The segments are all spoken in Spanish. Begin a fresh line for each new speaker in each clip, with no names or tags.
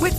With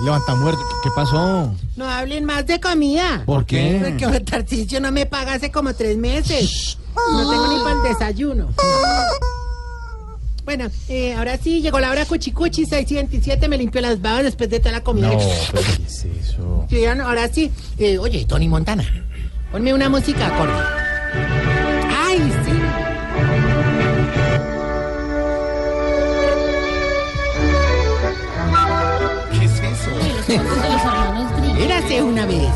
Levanta muerto. ¿Qué pasó?
No hablen más de comida.
¿Por qué?
Porque Tarcicio no me paga hace como tres meses. No tengo ni para el desayuno. Bueno, eh, ahora sí, llegó la hora cuchicuchi 627, me limpió las babas después de toda la comida.
No, pero ¿qué es eso?
Sí, ya no, ahora sí. Eh, oye, Tony Montana, ponme una música acorde. ¡Ay, sí!
¿Qué es eso?
Érase una vez. ¿eh?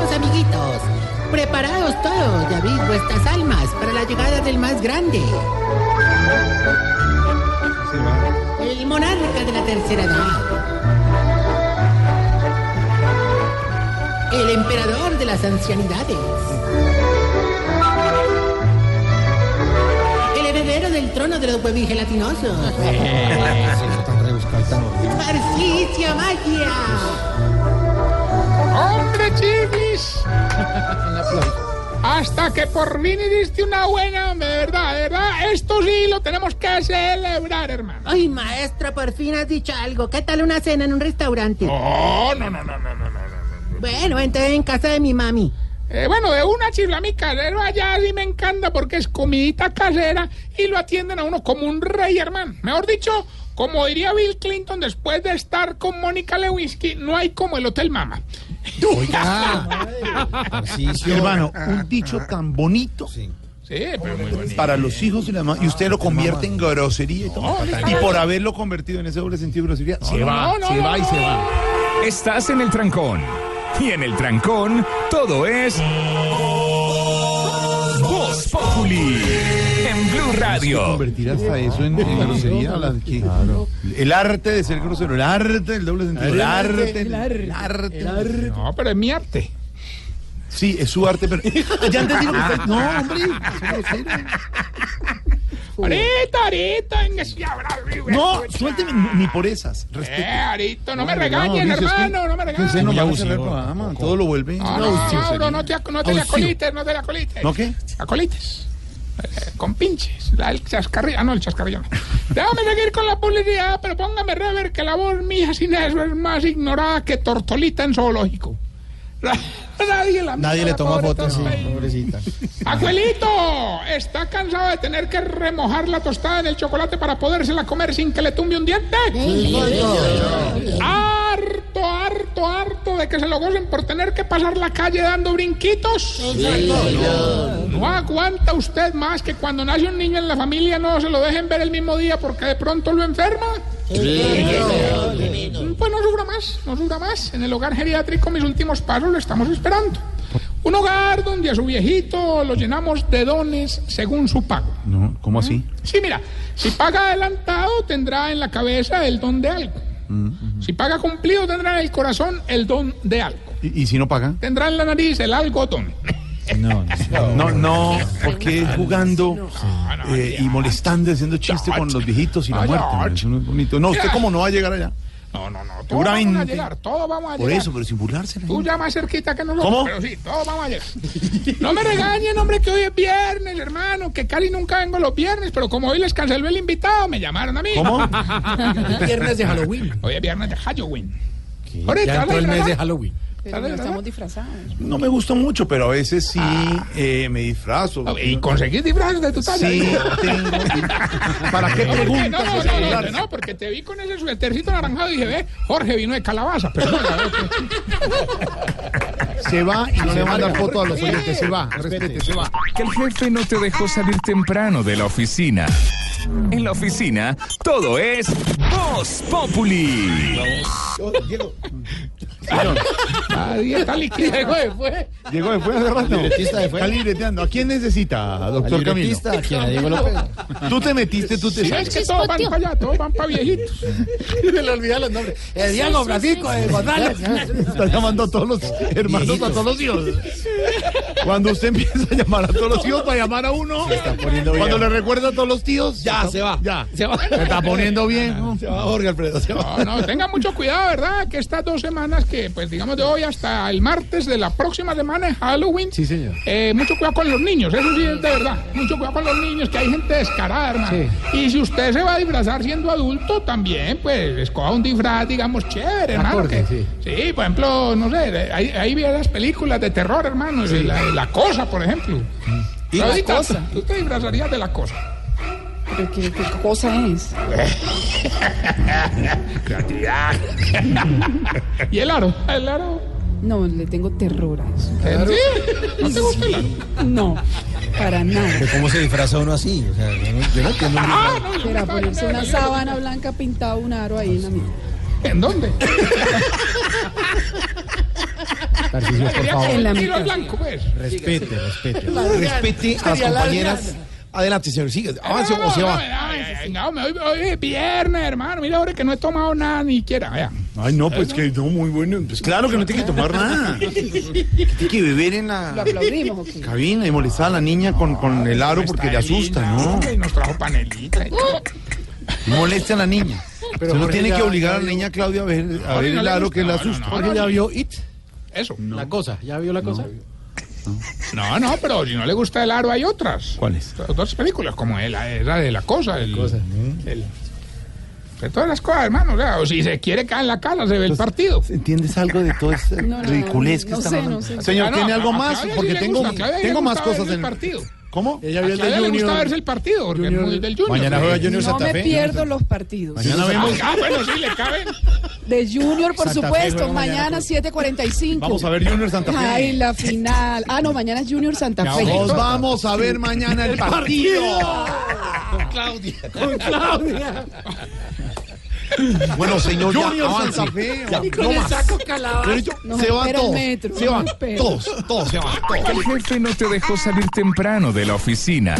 Los amiguitos, preparados todos, David, vuestras almas para la llegada del más grande. El monarca de la tercera edad. El emperador de las ancianidades. El heredero del trono de los huevis gelatinosos.
Eso tan rebuscado, tan horrible.
Tarcicio Magia.
¡Hombre, chiquis! Hasta que por fin diste una buena, de verdad, de verdad. Esto sí lo tenemos que celebrar, hermano.
Ay, maestro, por fin has dicho algo. ¿Qué tal una cena en un restaurante?
No, no, no, no, no, no, no. no.
Bueno, entonces en casa de mi mami.
Eh, bueno, de una chiflamica, pero allá sí me encanta porque es comidita casera y lo atienden a uno como un rey, hermano. Mejor dicho, como diría Bill Clinton después de estar con Mónica Lewinsky, no hay como el Hotel Mama.
Tarcisio.
Hermano, un dicho tan bonito
Sí, pero muy bonito.
para los hijos y la mamá, y usted lo convierte en grosería y todo. Y por haberlo convertido en ese doble sentido de grosería, se va,
no, no,
se
no,
va y
no.
se va.
Estás en el trancón. Y en el trancón, todo es. Voz Populi. En Blue Radio.
Convertir hasta eso en, en grosería. la- que- El arte de ser grosero, el arte del doble sentido, el arte. El arte.
No, pero es mi arte.
Sí, es su arte, pero. Ya entendí lo que está- No, hombre, es grosero.
Ahorita, ahorita, venga, sí, ahora,
No,
escucha.
suélteme, ni- ni por esas.
Pues, Eh,
Respeto.
ahorita, no me
no,
regañes,
dices
hermano,
que-
no me
Que usted no
regañes.
Muy
va a
abusivo,
cerrar el programa,
poco.
todo lo vuelve.
No, no, Mauro, no te, ac- no te la
Abusivo.
colites, no te la colites.
¿No qué?
Acolites. Eh, con pinches. La, el chascarrillo. Ah, no, el chascarrillo no. Déjame seguir con la publicidad, pero póngame rever que la voz mía sin eso es más ignorada que tortolita en zoológico. La- nadie la mira,
Nadie le
la
toma
pobre
fotos, sí,
tortolita.
pobrecita.
Abuelito, ¿está cansado de tener que remojar la tostada en el chocolate para podérsela comer sin que le tumbe un diente? Harto, harto, harto de que se lo gocen por tener que pasar la calle dando brinquitos. No aguanta usted más que cuando nace un niño en la familia no se lo dejen ver el mismo día porque de pronto lo enferma. Mm, Pues no sufra más, no sufra más. En el hogar geriátrico mis últimos pasos lo estamos esperando. Un hogar donde a su viejito lo llenamos de dones según su pago.
No, ¿cómo así?
Sí, mira, si paga adelantado tendrá en la cabeza el don de algo. Si paga cumplido tendrá en el corazón el don de algo.
¿Y, y si no pagan?
Tendrá en la nariz el algodón.
No, no.
No, no, porque jugando
Ah,
eh, y molestando, haciendo chistes con los viejitos y la
Ay,
muerte.
ay.
¿no? Eso no es bonito. No, usted
Mira.
cómo no va a llegar allá.
No, no, no. Todos vamos a
Seguramente.
llegar, todos vamos a
Por
llegar.
eso, pero sin burlársela.
Tú ya más cerquita que nosotros.
¿Cómo?
Pero sí, todos vamos a llegar. No me regañen, hombre, que hoy es viernes, hermano, que casi nunca vengo los viernes, pero como hoy les canceló el invitado, me llamaron a mí.
¿Cómo?
Viernes de Halloween.
Hoy es viernes de Halloween. Ahorita, ¿sale a grabar?
Halloween.
¿Sale a grabar?
No me gusta mucho, pero a veces sí eh, me disfrazo.
Ah. Y conseguí disfraces de tu talla.
Sí, tengo. ¿Para qué
No, porque- no,
preguntas?
no, no, no, no, porque te vi con ese suétercito naranjado y dije, ve, Jorge vino de calabaza. Pero no, la verdad que-
Se va y no le manda fotos a los
oyentes, se
va, respete, se va.
Que el jefe no te dejó salir temprano de la oficina. En la oficina, todo es. Voz Populi.
La dieta líquida.
Llegó después.
Llegó después hace rato.
libretista de fuera.
Está libreteando. ¿A quién necesita, doctor Camilo?
libretista, aquí a Diego López.
Tú te metiste, tú te
Sí, es
sabes.
que todos van para allá, todos van para viejitos.
Se le olvidan los nombres. El Diego Francisco de González.
Está llamando a todos los hermanos,
Viejitos,
a todos los
hijos.
Cuando usted empieza a llamar a todos los tíos para llamar a uno,
poniendo
cuando
bien.
le recuerda a todos los tíos,
Ya, se va.
Ya.
Se va.
Se está poniendo bien. ¿no?
Se va Jorge Alfredo, se va.
Ah, No, no, tengan mucho cuidado, ¿verdad? Que estas dos semanas, que pues digamos de hoy hasta el martes de la próxima semana es Halloween.
Sí, señor.
Eh, mucho cuidado con los niños, eso sí es de verdad. Mucho cuidado con los niños, que hay gente descarada, hermano. Y si usted se va a disfrazar siendo adulto, también, pues, escoja un disfraz, digamos, chévere, hermano.
Acorde,
que- sí, por ejemplo, no sé, ahí, ahí vi las películas de terror, hermano. y La, la cosa, por ejemplo. ¿Y
Cosa?
¿Tú te disfrazarías de la cosa?
¿Pero qué, qué cosa es?
¿Y el aro? ¿El aro?
No, le tengo terror a eso.
¿Sí? ¿No te gusta el aro?
No, para nada.
¿Cómo se disfraza uno así? O sea, yo no, yo no entiendo.
Ah, no, yo
Era
estaba hablando
ponerse una
de la lengua.
sábana blanca pintado un aro ahí en la mía.
¿En dónde?
Tarcisio, por favor.
En la
Tiro al
mitad.
blanco, pues.
Respete, respete.
Respete a las compañeras. Adelante, señor. Sigue. Avance o se
No,
va.
no, ay, ay, no, me voy- hoy es viernes, hermano. Mira, ahora que no he tomado nada ni quiera. Vaya.
Ay, no, pues que no, muy bueno. Pues claro que no tiene que tomar nada. Tiene que beber en
¿Lo
la
aplaudimos o qué?
cabina y molestar a la niña con, con el aro porque le asusta, ¿no?
Y nos trajo panelita. y todo.
Moleste a la niña. Pero no
Jorge
tiene
ya-
que obligar
ya
a la
vio-
niña Claudia a ver, a
Jorge
ver
no
el
le
aro
gusta.
que le
No, no,
asusta.
no,
Jorge ya vio It.
Eso.
La cosa. ¿Ya vio la cosa?
No, no, pero si no le gusta el aro, hay otras.
¿Cuál es?
Otras películas, como el- la de la cosa. El, el- de todas las cosas, hermano. O sea, o si se quiere caer en la cara, se ve el partido.
¿Entiendes algo de todo este
No, no,
ridiculez
no,
que
no
están
sé,
hablando?
no sé.
Señor,
Ah, no,
¿tiene
a-
algo
a
más?
Claudia sí
Porque
le
tengo,
gusta, a Claudia le
tengo más
gusta
cosas
verse
en
el partido.
¿Cómo?
Ella
A
vio el
Claudia
de
le gusta verse
Junior.
el partido, porque es
Junior-
muy del Junior.
Mañana juega Junior
No
Santa
me
Fe.
pierdo los partidos.
Mañana vemos.
Ah, bueno, sí, le caben.
De Junior, por
Santa Fe
supuesto.
juega mañana
Mañana
con-
7.45.
Vamos a ver Junior Santa Fe.
Ay, la final. Ah, no, mañana es Junior Santa Fe.
Nos vamos a ver mañana el partido.
Bueno, señor, ya
Junior
avance.
Santa Fe.
Ya,
hombre.
no más.
Señorito,
Nos
se van
espera el
todos.
metro,
Se
nos
van
espera.
todos, todos se van. Todos.
El jefe no te dejó salir temprano de la oficina.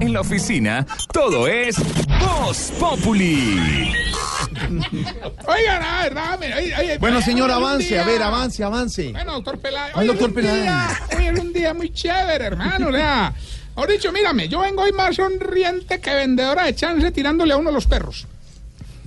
En la oficina, todo es Voz Populi.
Oiga, nada, verdad. Mira, oye, oye,
Bueno,
oye,
señor,
un
avance, a
día-
ver, avance, avance.
Bueno, doctor Peláez.
Ay,
hoy
doctor
era un
Peláez.
día- Hoy era un día muy chévere, hermano. O sea, os dicho, mírame, yo vengo hoy más sonriente que vendedora de chance tirándole a uno de los perros.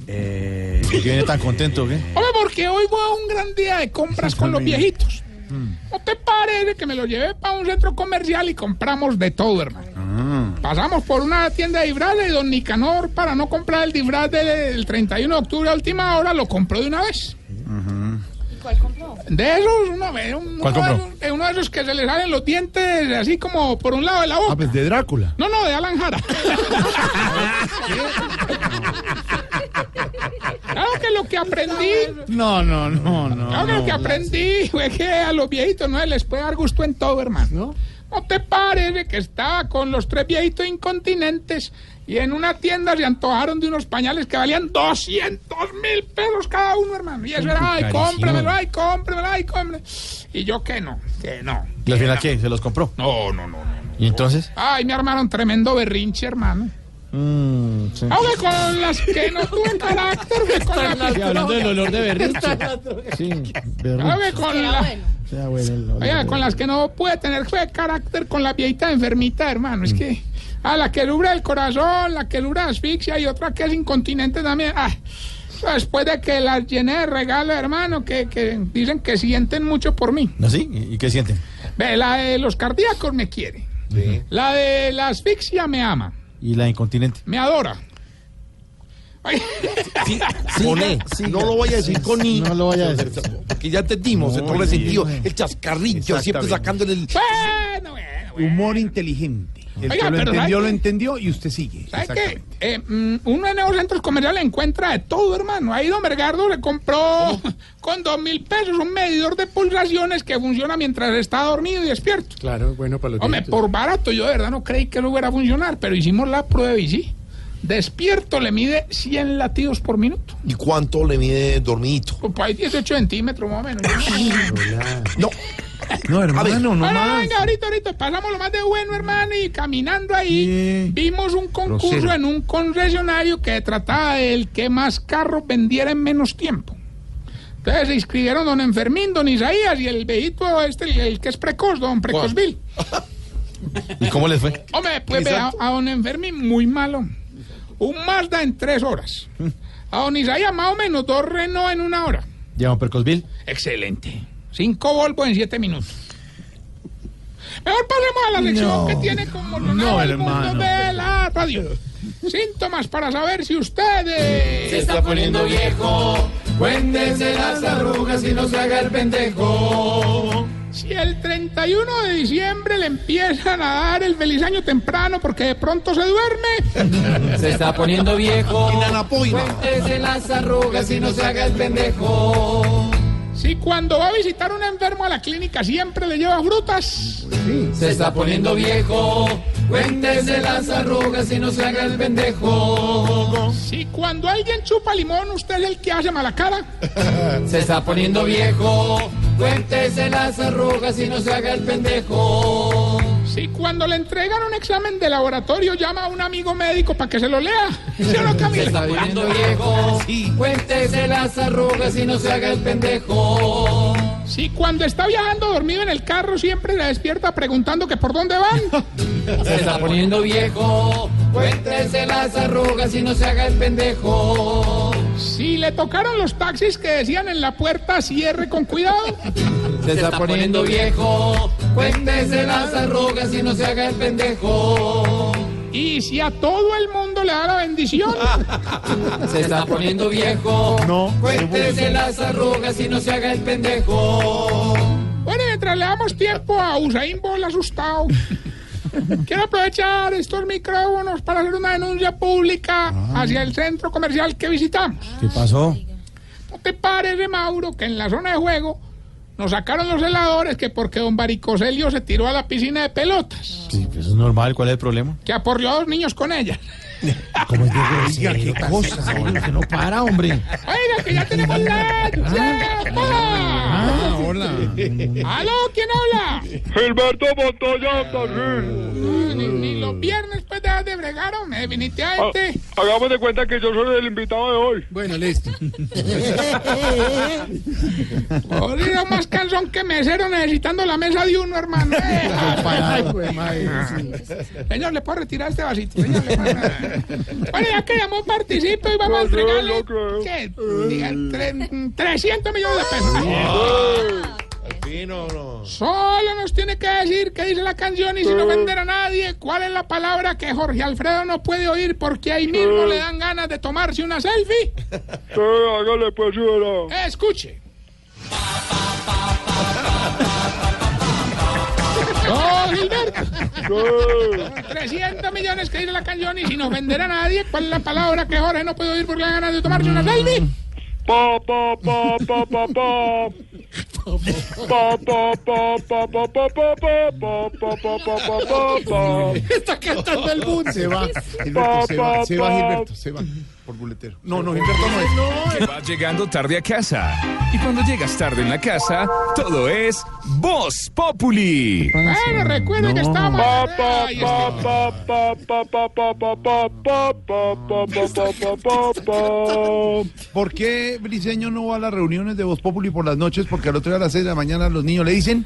¿Por qué viene tan contento, qué?
Hombre, porque hoy voy a un gran día de compras con los viejitos.
Mm.
¿No te parece que me lo llevé para un centro comercial y compramos de todo, hermano?
Ah.
Pasamos por una tienda de disfraces y don Nicanor, para no comprar el disfraz del, del 31 de octubre a última hora, lo compró de una vez. ¿Cuál compró? De esos, uno, ve- uno
¿Cuál compró?
de esos- de uno de esos que se le salen los dientes así como por un lado de la boca.
Ah, pues de Drácula.
No, no, de Alan Jara. claro que lo que aprendí
No, no, no,
Claro que lo que
no.
aprendí fue que a los viejitos no se les puede dar gusto en todo, hermano. ¿No? te parece que estaba con los tres viejitos incontinentes y en una tienda se antojaron de unos pañales que valían 200 mil pesos cada uno, hermano? Y eso era, ay,
Carísimo.
cómpremelo, ay, cómpremelo, ay, cómpremelo. Y yo que no, que no.
¿Y al final qué? ¿Se los compró?
No, no, no, no.
¿Y entonces?
Ay, me armaron tremendo berrinche, hermano. Ahora con las que no tuve carácter, que con las que-
hablando del olor de berrinche.
Claro que con la- Oiga, con las que no puede tener fe de carácter, con la viejita enfermita, hermano. Es
Mm.
que a la que lubra el corazón, la que lubra asfixia y otra que es incontinente también. Ah, después de que las llené de regalo, hermano, que, que dicen que sienten mucho por mí.
¿No ¿Ah, sí? ¿Y y qué sienten?
Ve, la de los cardíacos me quiere. La de la asfixia me ama,
¿Y la incontinente?
me adora. Oye,
Con E. No lo vaya a decir con I.
No lo vaya a decir.
Porque ya entendimos en todo el sentido. El chascarrillo, siempre sacándole el.
bueno, bueno, bueno.
Humor inteligente. El que
Oiga,
lo
pero ¿sabe
entendió, lo
qué?
entendió y usted sigue.
¿Sabes qué?
Exactamente.
Eh, mm, uno en los centros comerciales encuentra de todo, hermano. Ahí Don Bergardo le compró con dos mil pesos un medidor de pulsaciones que funciona mientras está dormido y despierto.
Claro, bueno para los
Hombre, por barato, yo de verdad no creí que eso fuera a funcionar, pero hicimos la prueba y sí. Despierto le mide 100 latidos por minuto.
¿Y cuánto le mide dormidito?
Pues hay 18 centímetros más o menos.
No.
No, hermano, no
Ah,
más.
venga, ahorita, ahorita, pasamos lo más de bueno, hermano, y caminando ahí vimos un concurso
Grosero.
en un concesionario que trataba del que más carros vendiera en menos tiempo. Entonces se inscribieron don Enfermín, don Isaías y el viejito este, el, el que es precoz, don Precozvil.
¿Y cómo les fue?
Hombre, pues ve a,
Exacto.
a don Enfermín muy malo. Un Mazda en tres horas. A don Isaías más o menos dos Renault en una hora.
Ya, don Percosville.
Excelente. Cinco Volvo en siete minutos. Mejor pasemos a la sección que tiene como
No,
el mundo
hermano.
de la radio. Síntomas para saber si ustedes se está poniendo viejo.
Cuéntese las arrugas y no se haga el pendejo.
Si el 31 de diciembre le empiezan a dar el feliz año temprano porque de pronto se duerme.
Se está poniendo viejo.
Cuéntese las arrugas y no se haga el pendejo. Si cuando va a visitar un enfermo a la clínica siempre le lleva frutas.
Se está poniendo viejo. Cuéntese las arrugas y no se haga el pendejo.
Si cuando alguien chupa limón, usted es el que hace mala cara.
Se está poniendo viejo. Cuéntese las arrugas y no se haga el pendejo.
Si cuando le entregan un examen de laboratorio, llama a un amigo médico para que se lo lea. ¿Sí o no, Camila?
Se está poniendo viejo. Cuéntese las arrugas y no se haga el pendejo.
Si cuando está viajando dormido en el carro, siempre le despierta preguntando que por dónde van.
Se está poniendo viejo. Cuéntese las arrugas y no se haga el pendejo.
Si le tocaron los taxis que decían en la puerta, cierre con cuidado.
Se está poniendo viejo. Cuéntese las arrugas y no se haga el pendejo.
Y si a todo el mundo le da la bendición.
Se está poniendo viejo.
No.
Cuéntese las arrugas y no se haga el pendejo.
Bueno, y mientras le damos tiempo a Usain Bolt asustado, quiero aprovechar estos micrófonos para hacer una denuncia pública
Ah.
hacia el centro comercial que visitamos.
¿Qué pasó?
¿No te parece, Mauro, que en la zona de juego nos sacaron los heladores que porque don Baricoselio se tiró a la piscina de pelotas,
Sí, pues es normal. ¿Cuál es el problema?
que aporreó a dos niños con ella?
¿Cómo es de grosero? ¿Qué cosa? hombre, que no para, hombre.
Oiga, que ya tenemos la...
Ah, hola.
¡Aló! ¿Quién habla? Ah,
Gilberto Montoya también.
Ni, ni los viernes pues dejas de bregar, hombre, este. definitivamente.
Ah, Hagamos de cuenta que yo soy el invitado de hoy.
Bueno, listo.
Ahorita más calzón que mesero necesitando la mesa de uno, hermano. Eh, ay, güey, madre, sí. Señor, le puedo retirar este vasito. Señor, le puedo... Bueno, ya que llamó, participo y vamos a entregarle. ¿Qué? Diga, tre- 300 millones de pesos. Ah.
Fino, no.
Solo nos tiene que decir qué dice la canción y si no vender a nadie, cuál es la palabra que Jorge Alfredo no puede oír porque ahí mismo le dan ganas de tomarse una selfie.
Sí, hágale pues, señora.
Escuche. ¡Oh, Gilberto! 300 millones que dice la canción y si nos venderá nadie, ¿cuál es la palabra que Jorge no puede oír por la ganas de tomarse una selfie?
Pa, pa, pa, pa, pa, pa. Pa, pa, pa, pa, pa, pa, pa, pa, pa, pa, pa, pa, pa, pa, pa.
Está cantando el mundo. Se va, Gilberto, se va, se va, Gilberto, se va. Por buletero. No, no, Gilberto no es.
Vas llegando tarde a casa. Y cuando llegas tarde en la casa, todo es Voz Populi.
Bueno, recuerden que estamos...
Pa, pa,
Ay, este
pa, pa, pa, pa, pa, pa, pa, pa, pa, pa, pa, pa, pa, pa, pa, pa.
¿Por qué Briseño no va a las reuniones de Voz Populi por las noches? Porque al otro día a las 6 de la mañana los niños le dicen...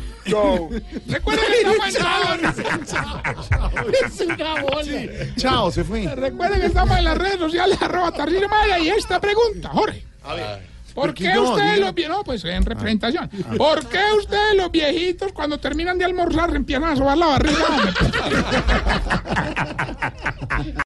Chao.
Recuerden que estamos en todas-
Chao, se fue.
Recuerden que estamos en las redes sociales, arroba Tarcillo Maya, y esta pregunta, Jorge. ¿Por
¿por qué
qué
yo?
ustedes
Diga.
los viejitos, no, pues en representación, ¿por qué ustedes los viejitos cuando terminan de almorzar empiezan a sobar la barriga? hombre?